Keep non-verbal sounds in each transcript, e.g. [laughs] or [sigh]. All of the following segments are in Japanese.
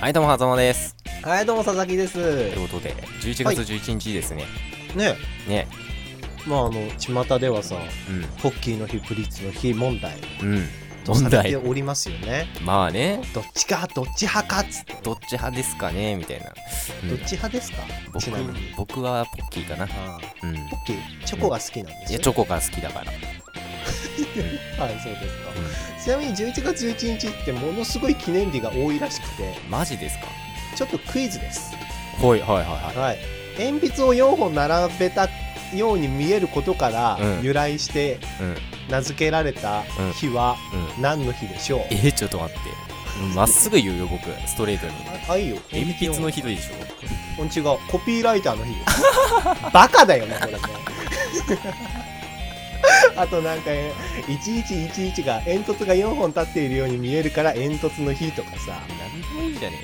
はいどうもはざまですはい、どうも佐々木です。ということで11はい月11日ですね、ね、ねまああの巷ではさ、ポッキーの日、プリッツの日問題うんうんと問さ題れておりますよね。まあねどっちか、どっち派かっつって。どっち派ですかねみたいな、うんどっち派ですか？ちなみに。僕僕はポッキーかなあうんあポッキー、チョコが好きなんです、ねいやチョコが好きだからはい、そうですか。ちなみに11月11日ってものすごい記念日が多いらしくて、マジですかちょっとクイズです。はいはいはいははい。鉛筆を4本並べたように見えることからうん由来してうんうん名付けられた日は何の日でしょう？えー、ちょっと待ってまっすぐ言うよ僕ストレートにあ、あいいよ。鉛筆の日ひどいでしょうん違うコピーライターの日よ [laughs] バカだよねこ [laughs] れねあとなんかえ1111が煙突が4本立っているように見えるから煙突の日とかさ何でもいいじゃね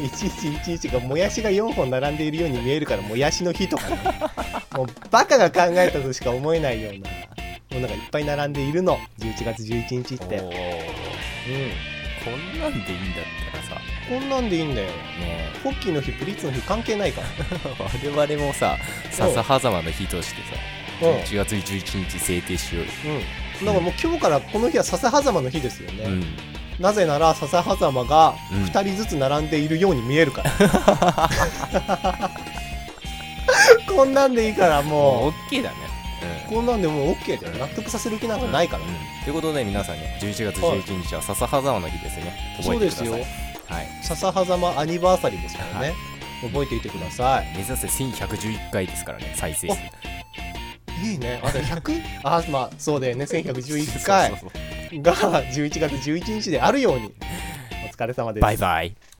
1111がもやしが4本並んでいるように見えるからもやしの日と [laughs] か、ね、もうバカが考えたとしか思えないようなものがいっぱい並んでいるの11月11日えっかて、おーうん、こんなんでいいんだったらさこんなんでいいんだよねポッキーの日プリッツの日関係ないからえ [laughs] 我々もさ笹狭間の日としてさうん11月11日制定しようよ、うんだからもう今日からこの日は笹狭間の日ですよね、うんなぜなら笹狭間がうん2人ずつ並んでいるように見え [laughs] るから、こんなんでいいからもうも OK だねううんこんなんでもう OK だよ納得させる気なんかないから、うんということで皆さんね11月11日は笹狭間の日ですね覚そえうてくだでさすいよはい笹狭間アニバーサリーですからね、覚えていてください目指せ1111回ですからね再生数いいねあ [laughs] と 100? あまあそうだよね1111回そうそうそうが11月11日であるようにお疲れ様ですバイバイ